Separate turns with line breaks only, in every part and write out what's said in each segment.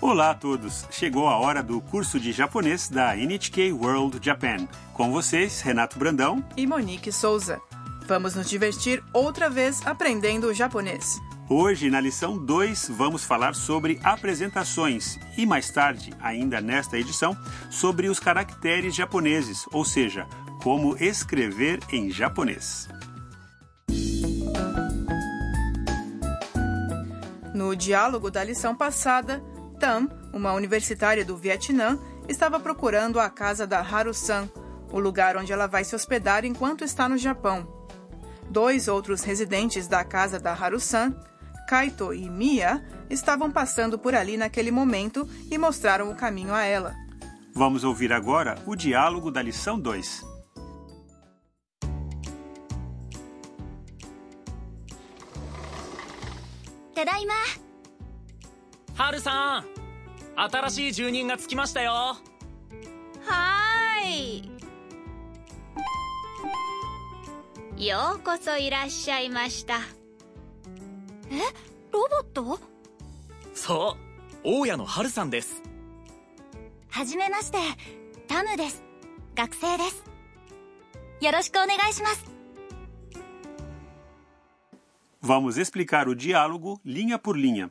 Olá a todos! Chegou a hora do curso de japonês da NHK World Japan. Com vocês, Renato Brandão.
E Monique Souza. Vamos nos divertir outra vez aprendendo o japonês.
Hoje, na lição 2, vamos falar sobre apresentações e mais tarde, ainda nesta edição, sobre os caracteres japoneses, ou seja, como escrever em japonês.
No diálogo da lição passada, Tam, uma universitária do Vietnã, estava procurando a casa da Haru-san, o lugar onde ela vai se hospedar enquanto está no Japão. Dois outros residentes da casa da Haru-san, Kaito e Mia estavam passando por ali naquele momento e mostraram o caminho a ela.
Vamos ouvir agora o diálogo da lição 2.
ただいま
ハルさん新しい住人がつきましたよ
はーいようこそいらっしゃいましたえロボット
そう大家のハルさんです
はじめましてタムです学生ですよろしくお願いします
Vamos explicar o diálogo linha por linha.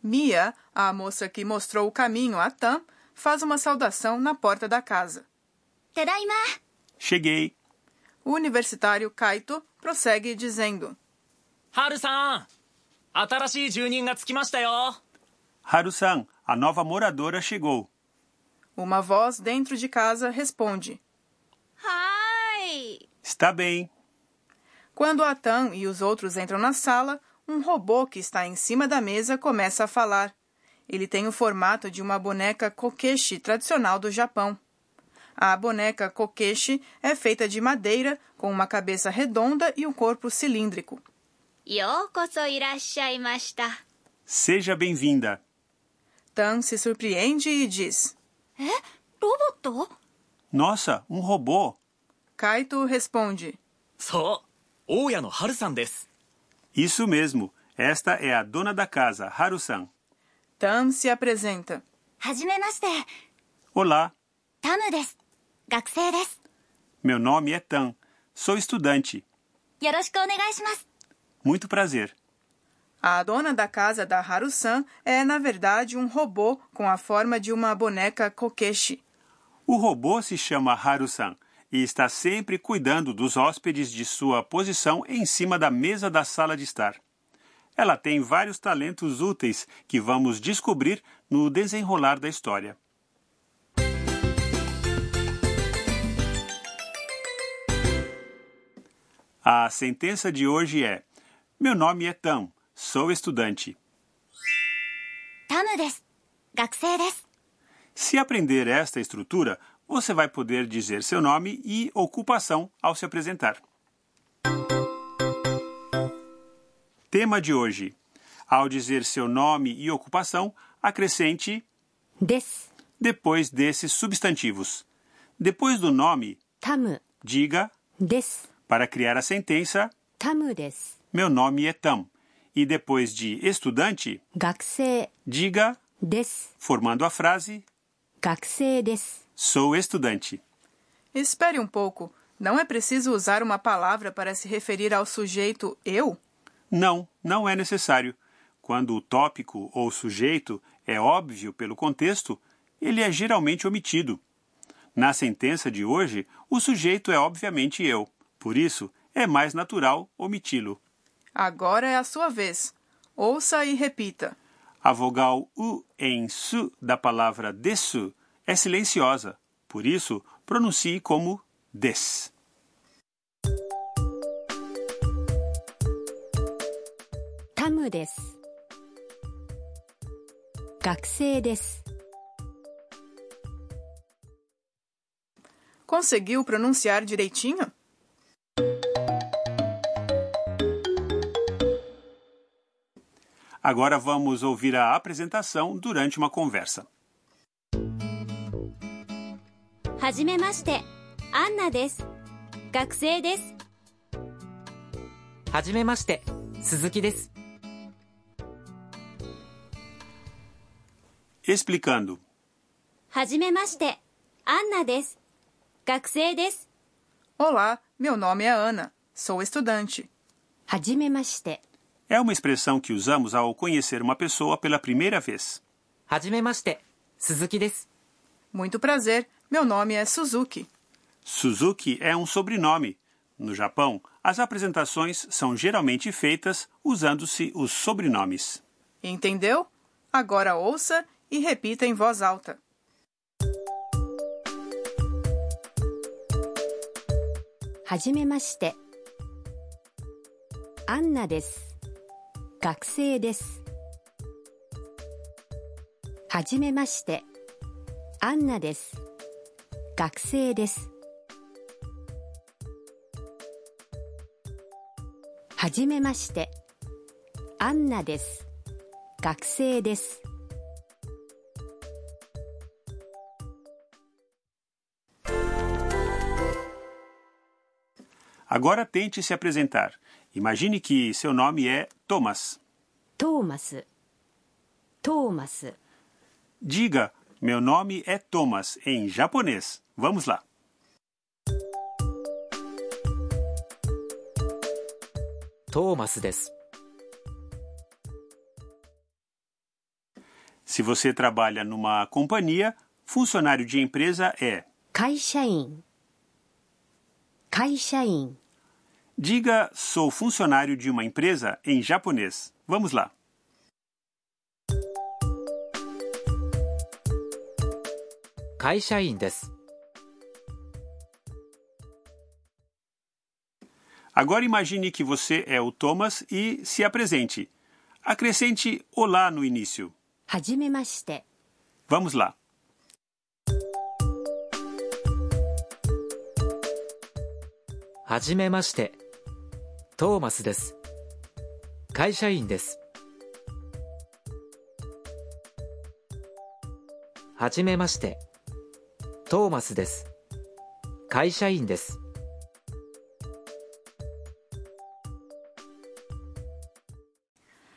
Mia, a moça que mostrou o caminho a Tam, faz uma saudação na porta da casa.
ただいま
Cheguei.
O universitário Kaito prossegue dizendo:
ハルさん新しい住人がつきましたよ
Haru-san, a nova moradora chegou.
Uma voz dentro de casa responde.
はーい
Está bem.
Quando Atan e os outros entram na sala, um robô que está em cima da mesa começa a falar. Ele tem o formato de uma boneca kokeshi tradicional do Japão. A boneca kokeshi é feita de madeira, com uma cabeça redonda e um corpo cilíndrico.
ようこそいらっしゃいました
Seja bem-vinda.
Tan se surpreende e diz.
えロボット
Nossa, um robô.
Kaito responde.
そう大家のハルさんです
Isso mesmo. Esta é a dona da casa, Haru-san.
Tan se apresenta.
はじめまして
Olá,
タムです学生です
meu nome é Tan. Sou estudante.
よろしくお願いします
Muito prazer.
A dona da casa da Haru-san é, na verdade, um robô com a forma de uma boneca kokeshi.
O robô se chama Haru-san e está sempre cuidando dos hóspedes de sua posição em cima da mesa da sala de estar. Ela tem vários talentos úteis que vamos descobrir no desenrolar da história. A sentença de hoje é: Meu nome é Tam, sou estudante.
タムです学生です
Se aprender esta estrutura, você vai poder dizer seu nome e ocupação ao se apresentar. Tema de hoje. Ao dizer seu nome e ocupação, acrescente
です。
depois desses substantivos. Depois do nome,
タム
diga,
です。
para criar a sentença,
タムです。
meu nome é Tam. E depois de estudante,
学生
diga,
です。
formando a frase,
学生です。
sou estudante.
Espere um pouco. Não é preciso usar uma palavra para se referir ao sujeito eu?
Não, não é necessário. Quando o tópico ou sujeito é óbvio pelo contexto, ele é geralmente omitido. Na sentença de hoje, o sujeito é obviamente eu, por isso é mais natural omiti-lo.
Agora é a sua vez. Ouça e repita.
A vogal u em su da palavra desu é silenciosa, por isso pronuncie como des.
タムです。学生です。
Conseguiu pronunciar direitinho?
Agora vamos ouvir a apresentação durante uma conversa.
はじめましてアンナです学生です
はじめまして、鈴木です。
Explicando.
はじめましてアンナです学生です
Olá, meu nome é Ana, sou estudante.
はじめまして。
É uma expressão que usamos ao conhecer uma pessoa pela primeira vez.
はじめまして鈴木です
Muito prazer, meu nome é Suzuki.
Suzuki é um sobrenome. No Japão, as apresentações são geralmente feitas usando-se os sobrenomes.
Entendeu? Agora ouça e repita em voz alta.
はじめまして。アンナです。学生です。はじめまして。アンナです。学生です。はじめまして。アンナです。学生です。
Agora tente se apresentar. Imagine que seu nome é Thomas.
トーマス。トーマス。
Diga: Meu nome é Thomas em japonês. Vamos lá.
トーマスです
Se você trabalha numa companhia, funcionário de empresa é.
会社員。会社員。
Diga: Sou funcionário de uma empresa em japonês. Vamos lá.
会社員です
Agora imagine que você é o Thomas e se apresente. Acrescente olá no início.
はじめまして。
Vamos lá.
はじめましてトーマスです会社員ですはじめましてトーマスです会社員です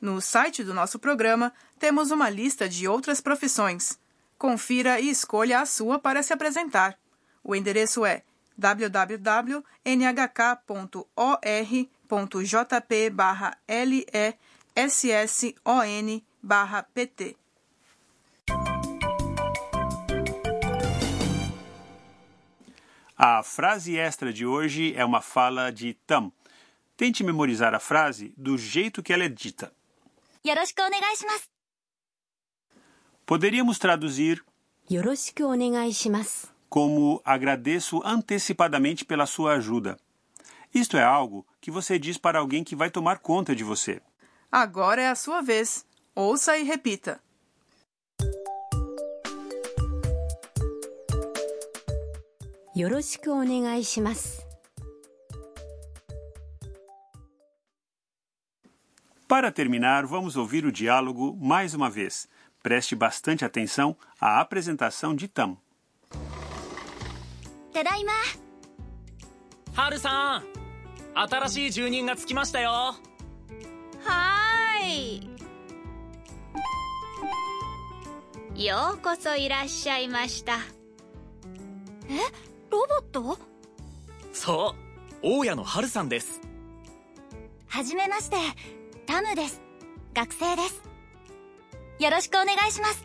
No site do nosso programa temos uma lista de outras profissões. Confira e escolha a sua para se apresentar. O endereço é www.nhk.or.jp/lesson/pt.
A frase extra de hoje é uma fala de Tam. Tente memorizar a frase do jeito que ela é dita.
よろしくお願いします
Poderíamos traduzir
よろしくお願いします。
como agradeço antecipadamente pela sua ajuda. Isto é algo que você diz para alguém que vai tomar conta de você.
Agora é a sua vez. Ouça e repita.
よろしくお願いします。
Para terminar, vamos ouvir o diálogo mais uma vez. Preste bastante atenção à apresentação de Tam.
ただいま
ハルさん新しい住人がつきましたよ
はーい。ようこそいらっしゃいました。
ロボット
そう大家のハルさんです
はじめましてタムです学生ですよろしくお願いします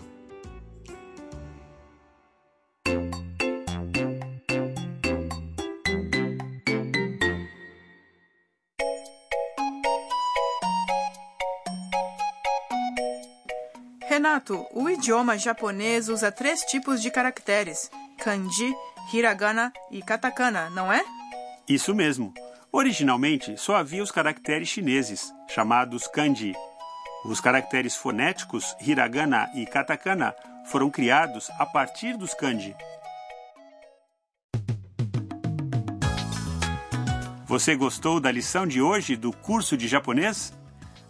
Renato, o idioma japonês usa três tipos de caracteres: kanji, hiragana e katakana, não é?
Isso mesmo. Originalmente, só havia os caracteres chineses, chamados kanji. Os caracteres fonéticos hiragana e katakana foram criados a partir dos kanji. Você gostou da lição de hoje do curso de japonês?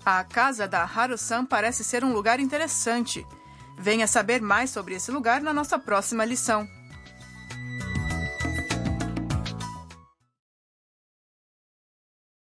A casa da Haru-san parece ser um lugar interessante. Venha saber mais sobre esse lugar na nossa próxima lição.